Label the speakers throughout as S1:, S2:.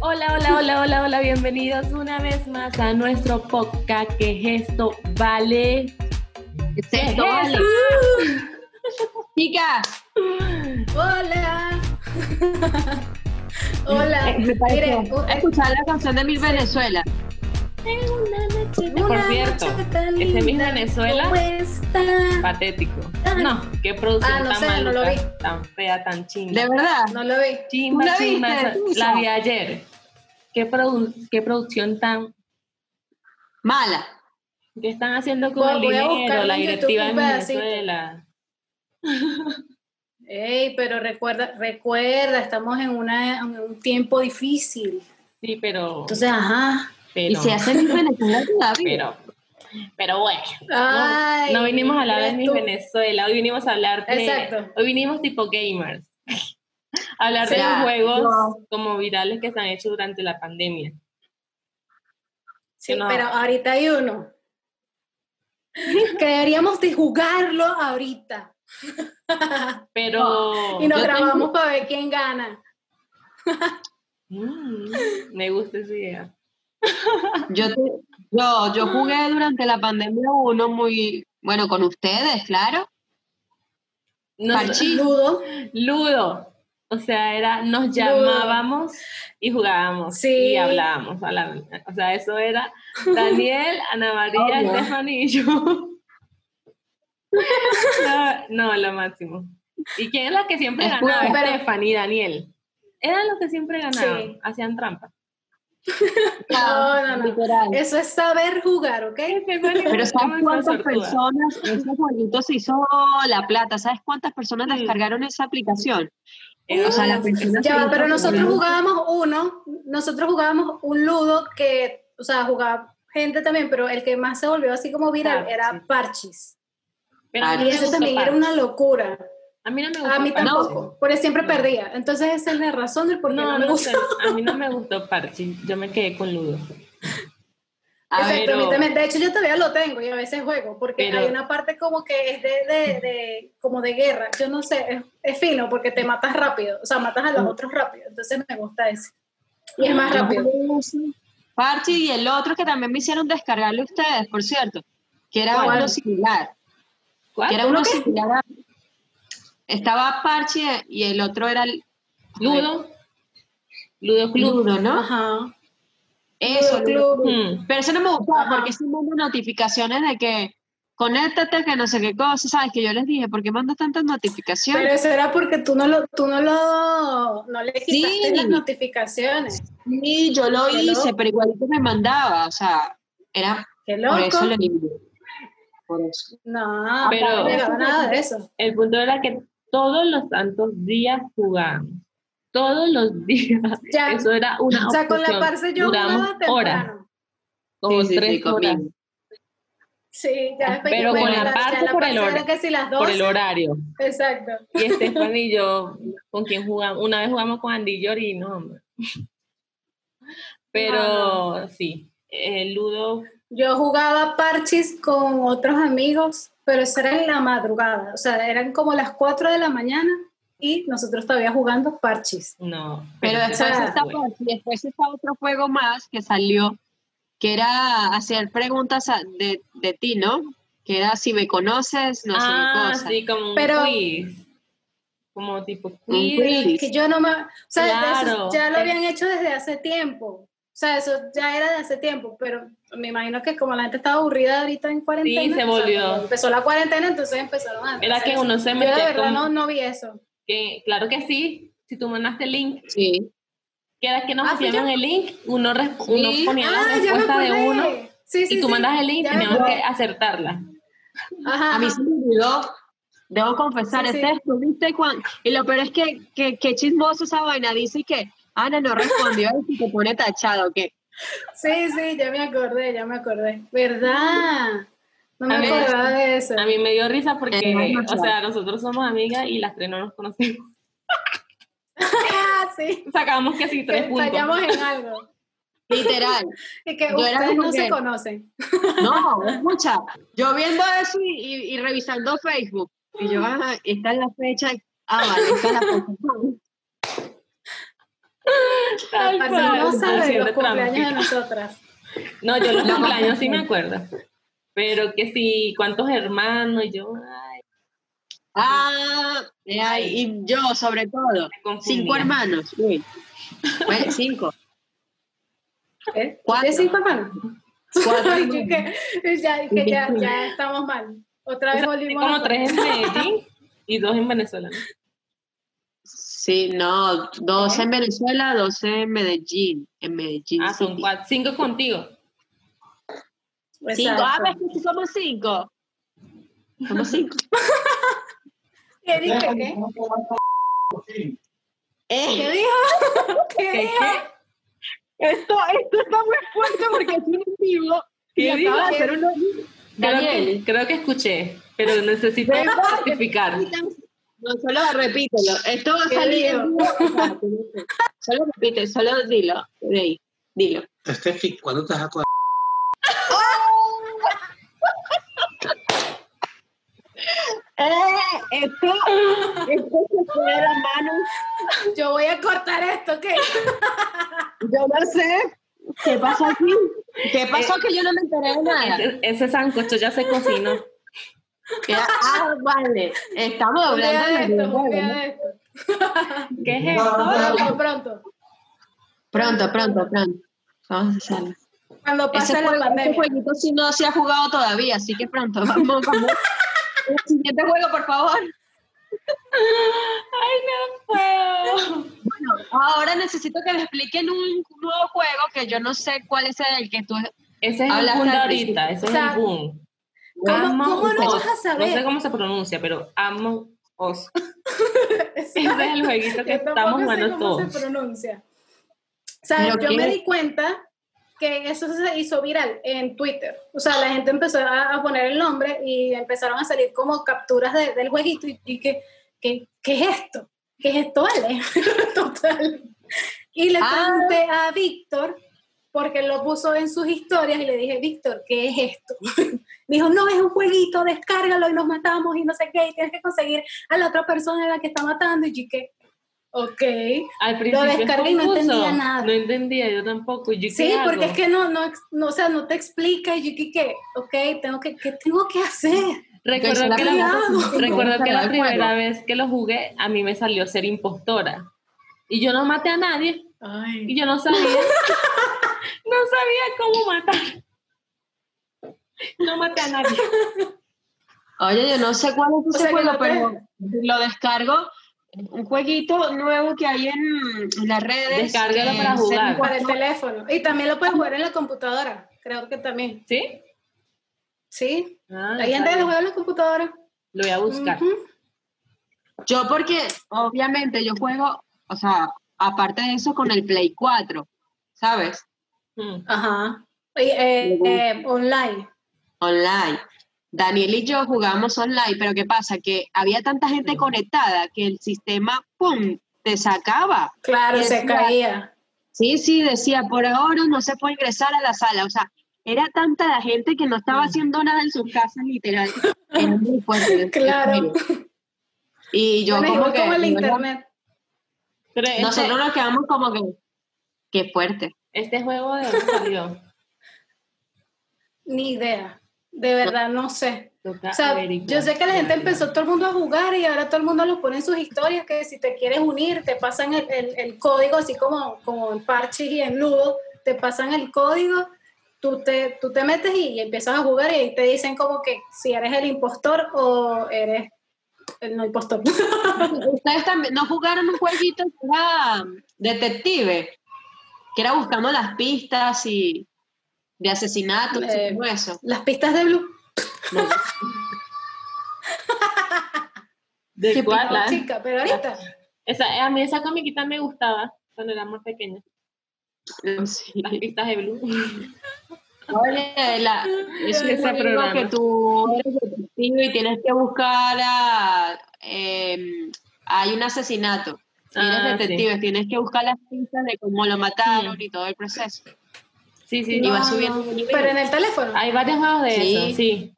S1: Hola, hola, hola, hola, hola, bienvenidos una vez más a nuestro podcast que gesto vale.
S2: ¿Qué
S1: Gesto vale.
S2: Chica,
S3: Hola. Hola.
S2: eh, me parece.
S3: Miren, u-
S2: He escuchado la canción de Mil Venezuela.
S1: Por cierto,
S3: noche tan
S1: ese Miss
S3: linda,
S1: Venezuela-
S3: ¿Cómo está?
S1: Patético. No, qué producción
S3: Ah, no
S1: tan
S3: sé, no
S1: maluca,
S3: lo vi.
S1: tan fea, tan chimba.
S2: De verdad.
S3: No lo vi.
S1: Chimba,
S2: ¿La
S1: chimba,
S2: viste,
S1: esa-
S2: Tusa?
S1: la vi ayer. Qué, produ- qué producción tan...
S2: Mala.
S1: ¿Qué están haciendo con
S3: Voy-
S1: el
S3: voy a
S1: dinero?
S3: buscar
S1: La
S3: en YouTube
S1: directiva de
S3: un pedacito.
S1: Venezuela.
S3: Ey, pero recuerda, recuerda, estamos en, una, en un tiempo difícil.
S1: Sí, pero...
S3: Entonces, ajá.
S2: Y
S1: pero,
S2: se hace Mil Venezuela todavía.
S1: pero, pero bueno.
S3: Ay,
S1: no vinimos a hablar de
S3: mira
S1: Miss
S3: tú.
S1: Venezuela, hoy vinimos a hablar de...
S3: Exacto.
S1: Hoy vinimos tipo gamers. a hablar de
S2: Ya,
S1: los juegos
S2: no.
S1: como virales que se han hecho durante la pandemia.
S3: Sí,
S1: no.
S3: pero ahorita hay uno. que deberíamos de jugarlo ahorita.
S1: Pero...
S3: y nos
S2: yo
S3: grabamos para ver quién gana.
S1: Mm, me gusta esa idea.
S2: Yo, te- yo, yo jugué durante la pandemia uno muy, bueno, con ustedes, claro.
S1: No,
S2: Parchís.
S3: Ludo.
S1: Ludo. O sea, era, nos llamábamos y jugábamos
S3: Sí.
S1: y hablábamos. a la- o sea, eso era Daniel, Ana María,
S2: Obvio.
S1: Stephanie y yo. no, no, lo máximo. ¿Y quién es la que siempre
S2: Es
S1: ganaba?
S3: bueno, pero-
S1: Stephanie y Daniel. Eran los que siempre ganaban,
S3: Sí.
S1: hacían trampa.
S3: No, no, no.
S2: Literal.
S3: Eso es saber jugar, ¿ok?
S2: Pero
S1: Éramos
S2: ¿sabes cuántas
S1: unas sortudas.
S2: personas, ese jueguito se hizo la plata, ¿sabes cuántas personas
S1: Mm.
S2: descargaron esa aplicación?
S1: Eh,
S2: O sea, las personas
S3: Ya
S2: que
S3: va, pero
S2: lo
S3: nosotros
S2: jugaron.
S3: jugábamos uno, nosotros jugábamos un ludo que, o sea, jugaba gente también, pero el que más se volvió así como viral
S1: Parchís.
S3: era Parchis.
S1: pero a mí
S2: Ah,
S1: no
S3: Y
S1: me
S3: eso
S1: gusta
S3: también era
S1: Parchís.
S3: una locura.
S1: A mí no me gusta
S3: A mí
S1: Parchís.
S3: tampoco, porque siempre perdía. Entonces esa es la razón del por qué no,
S1: No,
S3: me
S1: no
S3: gusta.
S1: sé, a mí no me gustó Parchi, yo me quedé con Ludo.
S2: A ver,
S3: Exacto, a mí
S1: pero-
S3: también. De hecho, yo todavía lo tengo y a veces juego, porque
S1: Pero-
S3: hay una parte como que es de, de- de- como de guerra. Yo no sé, es, es fino porque te matas rápido, o sea, matas
S1: Mm.
S3: a los otros rápido. Entonces me gusta eso. Y
S1: Ah,
S3: es más
S2: yo
S3: rápido.
S2: jugué ese, Parche y el otro que también me hicieron descargarle ustedes, por cierto, que era
S3: ¿Cuál?
S2: uno similar,
S1: ¿Cuál?
S2: que era uno similar a- Estaba Parche y el otro era el
S1: Ludo. Ludo Club.
S2: Ludo, ¿no?
S3: Ajá.
S2: Eso,
S3: Club,
S2: Ludo.
S3: club.
S1: Mm.
S2: Pero eso no me gustaba
S3: Ajá.
S2: porque sí mandan notificaciones de que conéctate, que no sé qué cosa, ¿sabes? Que yo les dije, ¿por qué mandas tantas notificaciones?
S3: Pero eso era porque tú no lo, tú no lo, no le
S2: Sí.
S3: quitaste las notificaciones.
S2: Sí, yo lo
S3: Qué
S2: hice,
S3: loco.
S2: pero igualito me mandaba, o sea, era
S3: Qué
S2: por eso lo
S3: loco.
S2: eliminé. Por eso.
S3: No,
S1: Pero-
S3: no llegaba nada de eso.
S1: El punto era que todos los santos días jugábamos. Todos los días.
S3: Ya.
S1: Eso era una
S3: O sea, con la
S1: obsesión.
S3: parce yo
S1: Duramos
S3: jugaba temprano.
S1: horas, como
S2: Sí, sí, sí,
S1: tres horas,
S2: conmigo.
S3: Sí, ya después
S1: Pero
S3: bueno,
S1: con la parce
S3: ya la
S1: por el
S3: parce
S1: hora-
S3: era casi las
S1: por
S3: 12.
S1: el horario.
S3: Exacto.
S1: Y Estefan y yo, con quien jugamos, una vez jugamos con Andy y Yori, no, hombre. Pero sí, el Ludo,
S3: Yo jugaba parches con otros amigos, pero eso era en la madrugada, o sea, eran como las 4 de la mañana y nosotros todavía jugando parches.
S1: no.
S2: Pero
S1: yo
S2: después,
S1: no
S3: Exacto.
S2: está,
S1: jugué.
S2: después está otro juego más que salió, que era hacer preguntas a- de, de ti, ¿no? Que era si me conoces, no
S1: ah,
S2: sé qué cosa.
S1: sí, como un
S3: Pero-
S1: quiz. Como tipo
S2: Un
S1: quiz.
S2: quiz.
S3: Que yo no me, o sea, de eso
S1: Claro.
S3: ya lo habían hecho desde hace tiempo. O sea, eso ya era de hace tiempo, pero me imagino que como la gente estaba aburrida ahorita en cuarentena,
S1: se
S3: o sea,
S1: volvió.
S3: cuando empezó la cuarentena, entonces empezaron a
S1: Era
S3: hacer
S1: que
S3: eso.
S1: uno se
S3: Yo de
S1: metía
S3: verdad
S1: con-
S3: no, no vi eso.
S1: que claro que sí, si tú mandaste el link,
S2: Sí.
S1: que era que nos
S3: Ah, fui
S1: pusieron el link, uno, res-
S2: Sí.
S1: uno ponía la
S3: Ah, ya me
S1: respuesta de
S3: acordé.
S1: uno
S3: Sí, sí,
S1: y tú
S3: sí.
S1: mandas el link y
S3: Ya me
S1: teníamos que
S3: acordé.
S1: acertarla.
S3: Ajá,
S2: A mí
S3: ajá.
S2: se me olvidó. Debo confesar,
S3: Sí, sí.
S2: este descubriste cuan- Y lo peor es que, que, que chismoso esa vaina. Dice que Ana no respondió y te pone tachado. que
S3: Sí, sí, ya me acordé, ya me acordé. ¿Verdad? No me
S1: A ver.
S3: acordaba de eso.
S1: A mí me dio risa porque,
S2: Eh, no,
S1: o sea, nosotros somos amigas y las tres no nos conocemos.
S3: Ah, sí.
S1: Sacamos que sí, tres
S3: Que
S1: puntos.
S3: fallamos en algo.
S2: Literal.
S3: Y que
S2: Yo era
S3: ustedes
S2: como
S3: no se
S2: que-
S3: conocen.
S2: No, escucha. Yo viendo eso y, y- y revisando Facebook. Y yo, ah, esta es la fecha. Ah, vale, esta es la fecha.
S1: Tal
S3: Aparte,
S1: cual,
S3: no sabe
S1: haciendo
S3: los cumpleaños
S1: trampa.
S3: de nosotras.
S1: No, yo los cumpleaños sí me acuerdo. Pero que sí, cuántos hermanos, y yo, ay,
S2: Ah, eh, ay, y yo sobre todo.
S1: me confundí.
S2: Cinco hermanos. uy. Bueno, cinco.
S3: ¿Eh?
S2: Cuatro.
S3: ¿De cinco hermanos?
S2: Cuatro
S3: Ay, yo
S2: hermanos.
S3: que- ya, que ya, ya estamos mal. Otra vez volvimos.
S1: Como
S3: a-
S1: tres en Medellín y dos en Venezuela. ¿no?
S2: Sí, no, dos en Venezuela, dos en Medellín. En Medellín.
S1: Ah, son
S2: City.
S1: cuatro, cinco contigo.
S2: Cinco. Ah,
S3: Exacto.
S2: ¿ves que sí somos cinco? Somos cinco.
S3: ¿Qué dije? ¿Qué? ¿Qué
S2: Eh,
S3: dijo? ¿Qué
S1: ¿Qué,
S3: dijo?
S2: esto, esto está muy fuerte porque es un vivo.
S1: ¿Qué
S2: Y acaba de
S3: dijo?
S2: hacer uno.
S1: Creo,
S2: Daniel.
S1: que, creo que escuché, pero necesito
S2: ¿Verdad?
S1: certificar.
S2: No, solo repítelo. Esto va a
S3: ¿Qué
S2: salir.
S3: digo?
S2: en vivo. Solo repite, solo dilo. de ahí, Dilo.
S4: Steffi, ¿cuándo te vas a acordar?
S2: Eh, esto, esto se fue de la mano.
S3: Yo voy a cortar esto, ¿qué?
S2: Yo no sé qué pasó aquí. Eh, ¿Qué pasó que yo no me enteré de nada?
S1: Ese, ese sancocho ya se cocinó.
S2: Que- Ah, vale. Estamos
S3: Un día de
S2: hablando de
S3: esto, un día
S2: videojuegos.
S3: de esto.
S1: ¿Qué es esto?
S3: Pronto, pronto.
S2: Pronto, pronto, pronto. Vamos a hacerlo.
S3: Cuando
S2: Ese,
S3: pase la
S2: juego- ese
S3: pandemia.
S2: jueguito sí no se ha jugado todavía, así que pronto. Vamos, vamos. El siguiente juego, por favor.
S1: Ay, no puedo.
S2: Bueno, ahora necesito que me expliquen un nuevo juego que yo no sé cuál es el que tú.
S1: Ese es
S2: Hablaste
S1: el boom de
S2: al
S1: ahorita, eso es
S3: O sea,
S1: el boom.
S3: ¿Cómo, cómo no
S1: Amos
S3: vas a
S1: Us. No sé
S3: saber?
S1: cómo se pronuncia, pero amo os. Ese es
S3: Exacto.
S1: el jueguito que
S3: Yo
S1: estamos
S3: tampoco sé
S1: jugando
S3: cómo
S1: todos.
S3: se pronuncia. O sea,
S2: ¿Pero
S3: yo me
S2: qué?
S3: di cuenta que eso se hizo viral en Twitter. O sea, la gente empezó a, a poner el nombre y empezaron a salir como capturas de- del jueguito y, y que, que, ¿qué es esto? ¿Qué es esto, Ale? Total. Y le
S2: Ah.
S3: pregunté a Víctor, porque lo puso en sus historias y le dije, Víctor, ¿qué es esto? Dijo, no, es un jueguito, descárgalo y nos matamos y no sé qué, y tienes que conseguir a la otra persona a la que está matando. Y yo que, ok.
S1: Al principio
S3: descargué y no
S1: confuso,
S3: entendía nada.
S1: No entendía yo tampoco. ¿Y yo
S3: Sí,
S1: qué hago?
S3: porque es que no, no, ex- no, o sea, no te explica y yo que, que, ok, tengo que, ¿qué tengo que hacer?
S2: Yo
S1: Recuerdo
S2: la
S1: que
S2: primera
S1: la,
S3: hago?
S2: vez que
S1: recuerdo
S2: jugué
S1: que la
S2: el
S1: primera
S2: juego.
S1: vez que lo jugué, a mí me salió ser impostora. Y yo no maté a nadie. Y yo no sabía. no sabía cómo matar. No maté a nadie.
S2: Oye, yo no sé cuál es
S3: O
S2: ese
S3: sea, que
S2: juego,
S3: no te-
S2: pero lo descargo. Un jueguito nuevo que hay en las redes. Eh,
S1: Descárgalo
S2: que
S1: para
S2: es
S1: jugar.
S2: en
S3: Por el
S2: cuatro-
S3: teléfono. Y también lo puedes jugar en la computadora, creo que también.
S1: ¿Sí?
S3: Sí,
S1: Ah,
S3: la gente
S1: está
S3: que lo
S1: bien.
S3: juega en la computadora.
S1: Lo voy a buscar.
S3: Ujú.
S2: Yo porque, obviamente, yo juego, o sea, aparte de eso, con el Play 4, ¿sabes?
S1: Mm.
S3: Ajá. Y, eh, eh, online.
S2: Online. Daniel y yo jugamos online, pero ¿qué pasa? Que había tanta gente
S1: Sí.
S2: conectada que el sistema, ¡pum!, te sacaba.
S3: Claro,
S2: Y
S3: se
S2: decía-
S3: caía.
S2: Sí, sí, decía, por ahora no se puede ingresar a la sala. O sea, era tanta la gente que no estaba
S1: Mm.
S2: haciendo nada en sus casas, literal. Era muy fuerte.
S3: Claro.
S2: Y yo
S3: Bueno,
S2: como
S3: igual
S2: que...
S3: como el
S2: bueno,
S3: internet.
S1: Pero este,
S2: Nosotros nos quedamos como que... Qué fuerte.
S1: este juego de dónde salió.
S3: Ni idea. De verdad, no sé.
S1: Toca
S3: O sea,
S1: averiguar.
S3: yo sé que la gente empezó todo el mundo a jugar y ahora todo el mundo los pone en sus historias que si te quieres unir, te pasan el, el- el código, así como, como en parches y en nudo, te pasan el código, tú te, tú te metes y, empiezas a jugar y ahí te dicen como que si eres el impostor o eres el no impostor.
S2: Ustedes también no jugaron un jueguito que era um, detective, que era buscando las pistas y de asesinatos
S3: Eh,
S2: y todo eso.
S3: Las pistas de Blue.
S1: ¿De cuál?
S3: No, chica, pero ahorita.
S1: Esa, a mí esa comiquita me gustaba cuando era más pequeña.
S2: Sí.
S1: Las pistas de Blue.
S2: Oye, la, es
S1: Ese
S2: un juego
S1: programa.
S2: que tú eres detective y tienes que buscar a... eh, hay un asesinato. Y eres
S1: Ah, sí.
S2: detective, tienes que buscar las pistas de cómo lo mataron y todo el proceso.
S1: Sí, sí.
S2: Y
S1: sí.
S2: va subiendo de nivel.
S3: Pero en el teléfono.
S1: Hay varios juegos de
S2: Sí.
S1: eso, sí.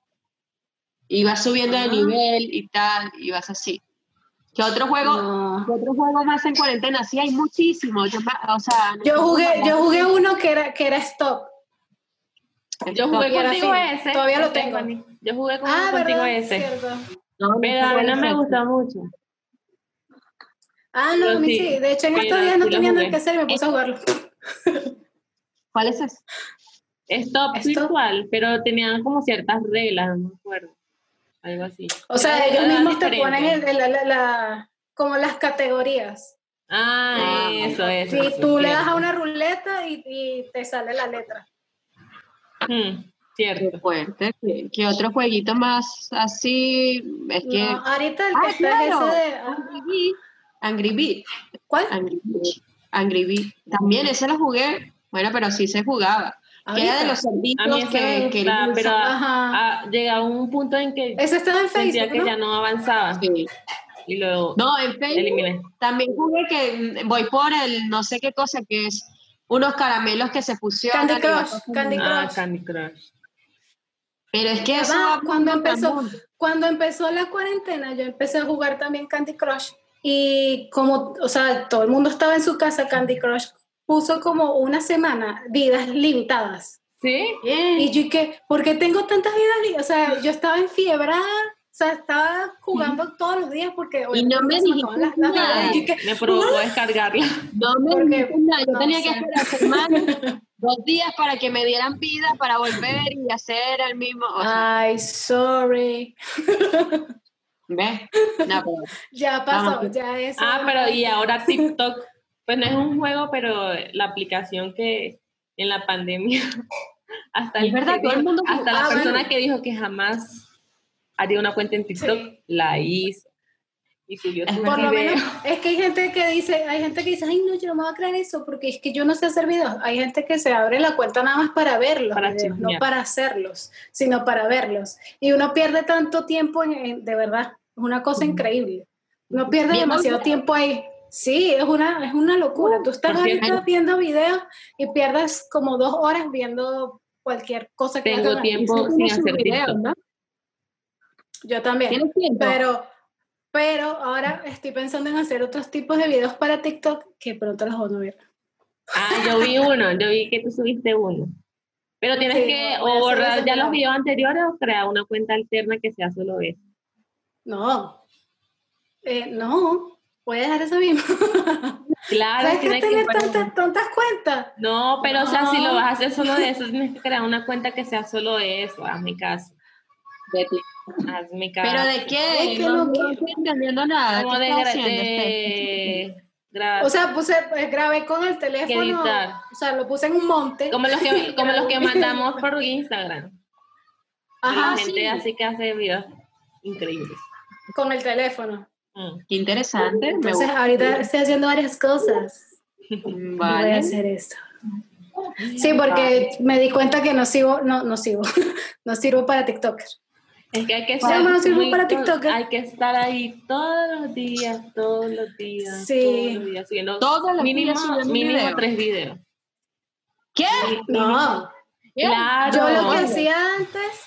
S2: Y vas subiendo
S3: Ah.
S2: de nivel y tal, y vas así. ¿Qué otro juego, no. ¿qué otro juego más en cuarentena? Sí, hay muchísimos. Yo, o sea,
S3: yo jugué, yo jugué uno que era, que era stop.
S1: Yo jugué
S3: Era
S1: contigo
S3: así.
S1: ese.
S3: Todavía lo
S1: Yo
S3: tengo.
S1: Yo jugué con,
S3: Ah,
S1: contigo
S3: verdad,
S1: ese.
S3: cierto.
S2: No, no
S1: Pero
S2: está
S1: a mí no
S2: bueno.
S1: me gusta mucho.
S3: Ah, no,
S1: Yo
S3: a mí
S1: sí,
S3: sí. De hecho, en
S1: pero
S3: estos días no
S1: sí lo
S3: tenía nada
S1: jugué.
S3: que hacer y me puse a jugarlo.
S2: ¿Cuál es ese?
S1: Stop,
S3: Stop.
S1: virtual, pero tenían como ciertas reglas, no me acuerdo. Algo así.
S3: O sea,
S1: Pero
S3: ellos
S1: era
S3: mismos te
S1: diferente.
S3: ponen el- el- la- la- la- como las categorías.
S1: Ah, eso, eso.
S3: Y
S1: eso,
S3: tú le
S1: cierto.
S3: das a una ruleta y, y te sale la letra.
S1: Mm,
S2: Qué
S1: cierto.
S2: fuerte. ¿Qué, qué otro jueguito más así? Es que.
S3: No, ahorita el que
S2: Ah,
S3: está
S2: claro.
S3: es ese de. ah,
S2: Angry Bee. Angry Bee.
S3: ¿Cuál?
S2: Angry Bee. Angry Bee. También ese lo jugué. Bueno, pero sí se jugaba. Que era de
S3: Ahorita.
S2: los
S1: A mí ese
S2: cerditos que,
S1: me
S2: que
S1: gustaba, pero
S3: Ajá.
S1: a- a- llegaba un punto en que
S3: Ese estaba en
S1: sentía
S3: Facebook,
S1: que ya
S3: ¿no?
S1: no avanzaba
S2: Sí.
S1: y luego
S2: No, en Facebook
S1: eliminé.
S2: también jugué que mm, voy por el no sé qué cosa que es unos caramelos que se fusionan.
S3: Candy
S2: y va
S3: Crush,
S2: pasando.
S3: Candy
S1: Ah,
S3: Crush.
S1: Candy Crush.
S2: Pero es que eso
S3: Ah,
S2: va
S3: cuando
S2: por
S3: empezó,
S2: mundo.
S3: cuando empezó la cuarentena, yo empecé a jugar también Candy Crush y como, o sea, todo el mundo estaba en su casa, Candy Crush puso como una semana vidas limitadas.
S1: ¿Sí?
S3: Y yo que, ¿por qué tengo tantas vidas? li-?" O sea, yo estaba enfiebrada, o sea, estaba jugando todos los días porque
S2: Y no me
S3: obviamente se me acababan
S2: dijiste
S3: las- las
S2: nada.
S3: vidas. Y yo que,
S1: Me provocó descargarla.
S2: No me
S3: Porque,
S2: dijiste nada, yo
S3: no
S2: tenía que
S3: sé.
S2: esperar la semana, dos días para que me dieran vida para volver y hacer el mismo. O sea,
S3: Ay, sorry.
S2: ¿Ves? No, pero
S3: Ya pasó,
S2: Vamos.
S3: ya eso.
S1: Ah, pero y ahora TikTok. Pues no es un juego, pero la aplicación que en la pandemia. Hasta
S2: Es
S1: el
S2: verdad,
S1: que
S2: todo el
S1: dijo-
S2: mundo jugó.
S1: Hasta la
S3: Ah,
S1: persona
S3: bueno.
S1: que dijo que jamás haría una cuenta en TikTok,
S3: Sí.
S1: la hizo. Y subió
S2: Es
S1: su
S3: Por lo
S1: video.
S3: menos, es que hay gente que dice, hay gente que dice, ay, no, yo no me voy a creer eso, porque es que yo no sé hacer videos. Hay gente que se abre la cuenta nada más para verlos,
S1: Para
S3: videos, no
S1: chismear.
S3: para hacerlos, sino para verlos. Y uno pierde tanto tiempo, en, en- de verdad, es una cosa increíble. Uno pierde
S2: Bien,
S3: demasiado
S2: Olga.
S3: tiempo ahí. Sí, es una, es una locura. Tú estás
S1: por cierto.
S3: ahorita viendo videos y pierdes como dos horas viendo cualquier cosa que
S1: Tengo
S3: hagan.
S1: tiempo
S2: tiene
S1: sin
S2: sus
S1: hacer
S2: videos,
S1: TikTok.
S2: ¿no?
S3: Yo también.
S2: ¿Tienes tiempo?
S3: Pero, pero ahora estoy pensando en hacer otros tipos de videos para TikTok que pronto los voy a ver.
S1: Ah, yo vi uno, yo vi que tú subiste uno. Pero tienes
S3: Sí,
S1: que
S3: voy a
S1: o
S3: hacer
S1: borrar
S3: ese
S1: ya
S3: plan.
S1: los videos anteriores o crear una cuenta alterna que sea solo eso.
S3: No. Eh, no. Voy a dejar eso mismo.
S1: Claro,
S3: ¿Sabes qué
S1: tienes
S3: tener
S1: que
S3: tantas, tantas cuentas?
S1: No, pero o sea, si lo
S3: No.
S1: vas a hacer solo de eso, tienes que crear una cuenta que sea solo de eso. Hazme caso.
S2: De ti.
S1: Hazme caso.
S2: ¿Pero de qué?
S3: Es que
S2: no,
S3: no
S2: no
S3: quiero.
S2: estoy entendiendo nada.
S1: Como
S2: ¿Qué
S1: de,
S2: estás
S1: gra-
S2: haciendo? este Estef?
S1: de grabar.
S3: O sea, puse, eh, grabé con el teléfono.
S1: editar.
S3: O sea, lo puse en un monte.
S1: como los que, como los que mandamos por Instagram.
S3: Ajá,
S1: la gente
S2: sí.
S1: así que hace videos increíbles.
S3: con el teléfono.
S1: Mm.
S2: Qué interesante. me
S3: Entonces,
S2: gusta.
S3: ahorita estoy haciendo varias cosas. Voy a
S2: Vale.
S3: hacer eso. Sí, porque me di cuenta que no sigo, no, no sigo, no sirvo para TikTok.
S1: Es que hay que
S3: Bueno,
S1: estar,
S3: bueno, sirve
S1: muy
S3: para
S1: con-
S3: TikTok, ¿eh?
S1: hay que estar ahí todos los días, todos los días.
S3: Sí.
S1: Todos los días, subiendo
S2: Todos los
S1: mínimo,
S2: días subiendo un
S1: mínimo
S2: video.
S1: tres videos.
S2: ¿Qué?
S3: No,
S2: Bien.
S1: Claro.
S3: yo lo que hacía antes,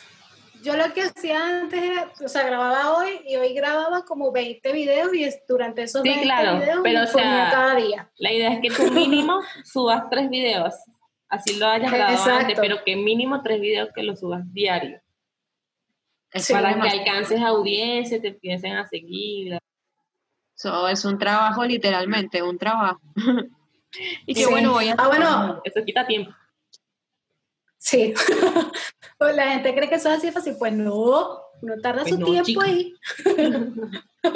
S3: yo lo que hacía antes era, o sea, grababa hoy y hoy grababa como 20 videos y es- durante esos
S1: Sí,
S3: 20
S1: claro,
S3: videos
S1: pero,
S3: me
S1: o
S3: ponía
S1: sea,
S3: cada día.
S1: La idea es que tú mínimo subas tres videos. Así lo hayas grabado
S3: Exacto.
S1: antes, pero que mínimo tres videos que lo subas diario.
S2: Es
S3: Sí,
S1: para que
S2: demasiado.
S1: alcances audiencia, te empiecen a seguir.
S2: Eso es un trabajo, literalmente, un trabajo. Y qué
S3: Sí.
S2: bueno, voy a.
S3: Ah, bueno,
S1: Eso quita tiempo.
S3: sí. Pues la gente cree que eso es así de fácil, pues no, uno tarda
S1: Pues
S3: su
S1: no,
S3: tiempo
S1: chica.
S3: ahí.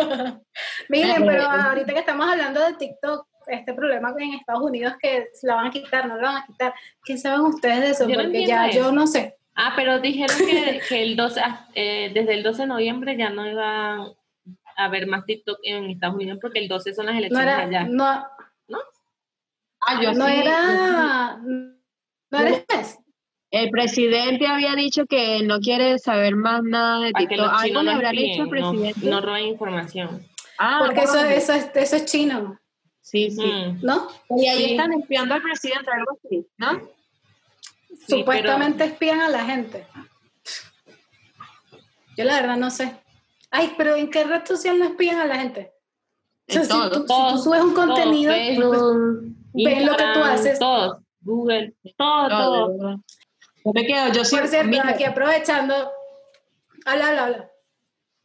S3: Miren, pero ahorita que estamos hablando de TikTok, este problema en Estados Unidos que la van a quitar, no la van a quitar. ¿Qué saben ustedes de eso?
S1: Yo no
S3: Porque
S1: entiendo
S3: ya
S1: eso.
S3: yo no sé.
S1: Ah, pero dijeron que, que el 12, ah, eh, desde el 12 de noviembre ya no iba a haber más TikTok en Estados Unidos porque el 12 son las
S3: No
S1: elecciones
S3: era,
S1: allá.
S3: no,
S2: Ah, yo
S3: no
S2: sí.
S3: era, no era el mes.
S2: El presidente había dicho que no quiere saber más nada de
S1: Para que
S2: TikTok.
S1: los
S2: Algo
S1: chinos
S2: le
S1: no,
S2: habrá dicho el
S1: espíen, no,
S2: presidente.
S1: no roben información.
S2: Ah,
S3: Porque eso,
S2: vale.
S3: eso, es, eso es chino,
S2: Sí, sí.
S1: Mm,
S3: ¿no?
S2: Y ahí
S1: Sí.
S2: están espiando al presidente, algo así, ¿no?
S1: pero-
S3: Supuestamente espían a la gente. Yo la verdad no sé. Ay, pero ¿en qué red social no espían a la gente?
S2: En
S3: sea, si
S2: todo.
S3: tú, si tú
S1: Todos,
S3: subes un contenido, pues,
S1: Facebook,
S3: ven lo que tú
S1: Instagram,
S3: haces.
S1: Todos, Google, todo,
S2: todo,
S1: todo.
S2: de verdad. Yo me quedo, yo sí.
S3: por cierto,
S2: mira,
S3: aquí aprovechando, habla, habla, habla.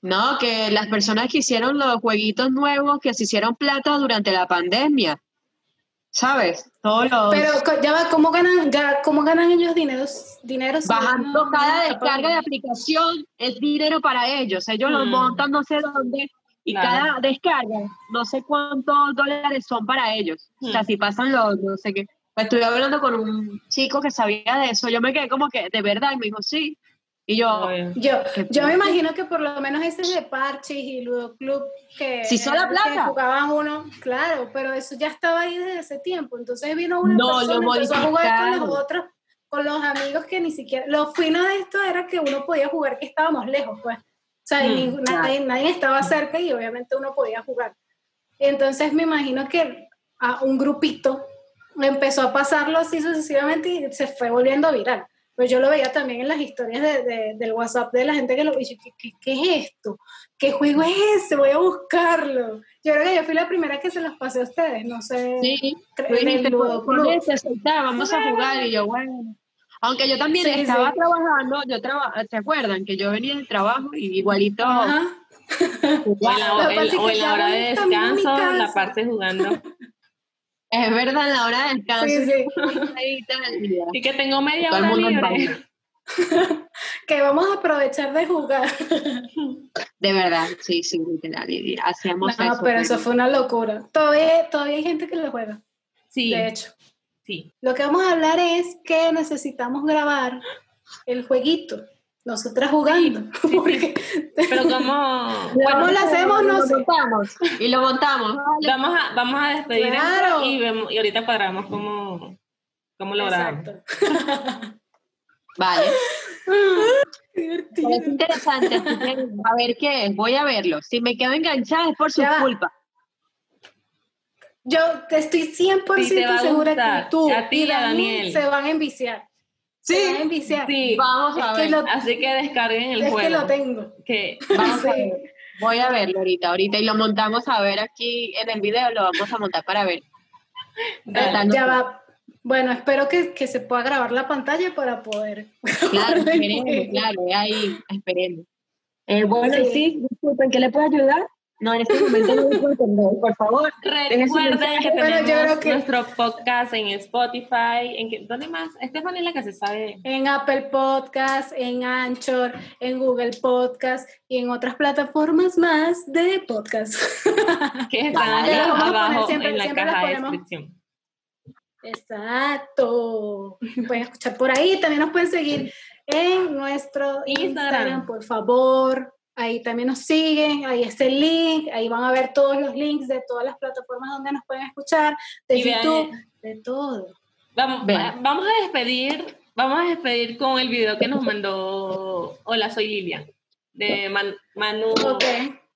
S2: No, que las personas que hicieron los jueguitos nuevos, que se hicieron plata durante la pandemia. ¿Sabes? Todos los.
S3: Pero co- ya va, ¿cómo ganan, ga- cómo ganan ellos dineros? dinero si
S2: bajando
S3: no-
S2: cada
S3: no-
S2: descarga de aplicación es dinero para ellos. Ellos lo
S1: Mm.
S2: montan no sé dónde y
S1: Claro.
S2: cada descarga no sé cuántos dólares son para ellos. O sea,
S1: Mm.
S2: si pasan los no sé qué. Pues Estuve hablando con un chico que sabía de eso. Yo me quedé como que de verdad y me dijo sí. Y yo,
S1: Obvio.
S3: Yo,
S2: Qué
S3: yo me imagino que por lo menos ese de parches y Ludo Club que,
S2: Si hizo la
S3: que
S2: plata.
S3: jugaban uno, claro, pero eso ya estaba ahí desde ese tiempo. Entonces vino una
S2: No,
S3: persona
S2: lo
S3: empezó a jugar con los
S2: modificaron.
S3: otros, con los amigos que ni siquiera. Lo fino de esto era que uno podía jugar que estábamos lejos, pues. O sea, y
S1: Mm,
S3: ningún-
S2: claro.
S3: nadie, nadie estaba cerca y obviamente uno podía jugar. Entonces me imagino que a un grupito empezó a pasarlo así sucesivamente y se fue volviendo viral. Pues yo lo veía también en las historias de, de- del WhatsApp de la gente que lo y yo, ¿qué, qué, qué es esto? ¿Qué juego es ese? Voy a buscarlo. Yo creo que yo fui la primera que se los pasé a ustedes, no sé.
S2: sí,
S3: cre-
S2: tú dijiste,
S3: en el
S2: "Con- con
S3: club.
S2: este, sentá, vamos a jugar. Y yo, bueno. Aunque yo también
S3: Sí,
S2: estaba
S3: sí.
S2: trabajando, yo traba, ¿se acuerdan? Que yo venía del trabajo y igualito
S3: Ajá.
S1: O en la, o
S3: Lo que
S1: en-
S3: pasa es
S1: o
S3: que
S1: en la
S3: ya
S1: hora de
S3: voy camino a mi
S1: descanso, la
S3: casa.
S1: parte jugando.
S2: Es verdad, en la hora del descanso.
S3: Sí, sí.
S2: ahí y tal, y ya.
S1: Así que tengo media
S2: Todo el
S1: hora
S2: mundo en
S1: libre.
S2: baile.
S3: Que vamos a aprovechar de jugar.
S2: De verdad, sí, sí, literal. y- y
S3: No,
S2: hacíamos eso.
S3: pero eso fue una locura. Todavía, todavía hay gente que lo juega,
S1: Sí,
S3: de hecho.
S1: sí.
S3: Lo que vamos a hablar es que necesitamos grabar el jueguito. Nosotras jugando. porque
S1: Pero como
S3: ¿Cómo lo hacemos? No
S2: lo
S3: sé.
S2: montamos. Y lo montamos.
S1: vamos a, vamos a despedir esto
S3: Claro.
S1: y, vemos, y ahorita cuadramos cómo, cómo lo grabamos.
S3: Exacto.
S2: Vale.
S3: Divertido.
S2: Pero es interesante. así que, A ver qué es. Voy a verlo. Si me quedo enganchada es por su
S3: Ya va.
S2: culpa.
S3: Yo te estoy 100%
S1: Sí, te va a
S3: segura
S1: gustar.
S3: que tú
S1: A ti y a Daniel.
S3: se van a enviciar. Se van a enviciar.
S1: Sí,
S2: Vamos a
S3: Es que
S2: ver.
S3: lo,
S1: así que descarguen el
S3: es que
S1: juego.
S3: lo tengo.
S1: que
S2: Vamos a
S3: sí.
S2: ver. Voy a verlo ahorita, ahorita. Y lo montamos a ver aquí en el video. Lo vamos a montar para ver.
S1: Dale.
S2: Está
S3: Ya
S2: anotado.
S3: va. Bueno, espero que, que se pueda grabar la pantalla para poder.
S2: Claro, esperemos, claro, es ahí, esperemos. Eh, bueno,
S3: Sí.
S2: y sí, disculpen, ¿qué le puedo ayudar? No, en este momento no le puedo atender, por favor. Deje su
S1: Recuerden que
S2: mensaje.
S3: Pero yo
S1: tenemos
S3: creo que-
S1: nuestro podcast en Spotify. ¿en que, ¿Dónde más? Estefan es la que se sabe.
S3: En Apple Podcast, en Anchor, en Google Podcast y en otras plataformas más de podcast.
S1: Que están
S2: Vale.
S1: allá
S3: Las vamos a poner
S1: abajo
S3: siempre-
S1: en la
S3: siempre las
S1: caja de
S3: ponemos.
S1: descripción.
S3: Exacto. Pueden escuchar por ahí. También nos pueden seguir en nuestro
S1: Instagram.
S3: Instagram, por favor. Ahí también nos siguen. Ahí está el link. Ahí van a ver todos los links de todas las plataformas donde nos pueden escuchar, de
S1: Y vean-
S3: YouTube, de todo.
S1: Vamos,
S2: Ven.
S1: va- vamos a despedir, vamos a despedir con el video que nos mandó Hola, soy Lilia, de Man- Manu,
S3: Ok.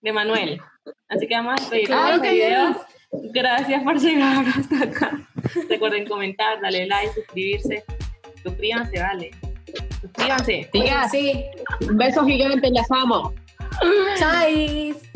S1: de Manuel. Así que vamos a despedir con
S3: Claro
S1: los
S3: que
S1: videos. Gracias por llegar hasta acá. Recuerden comentar, darle like, suscribirse. Suscríbanse, vale. Suscríbanse.
S2: Diga,
S3: Sí.
S2: un beso gigante, las amo.
S3: Chais.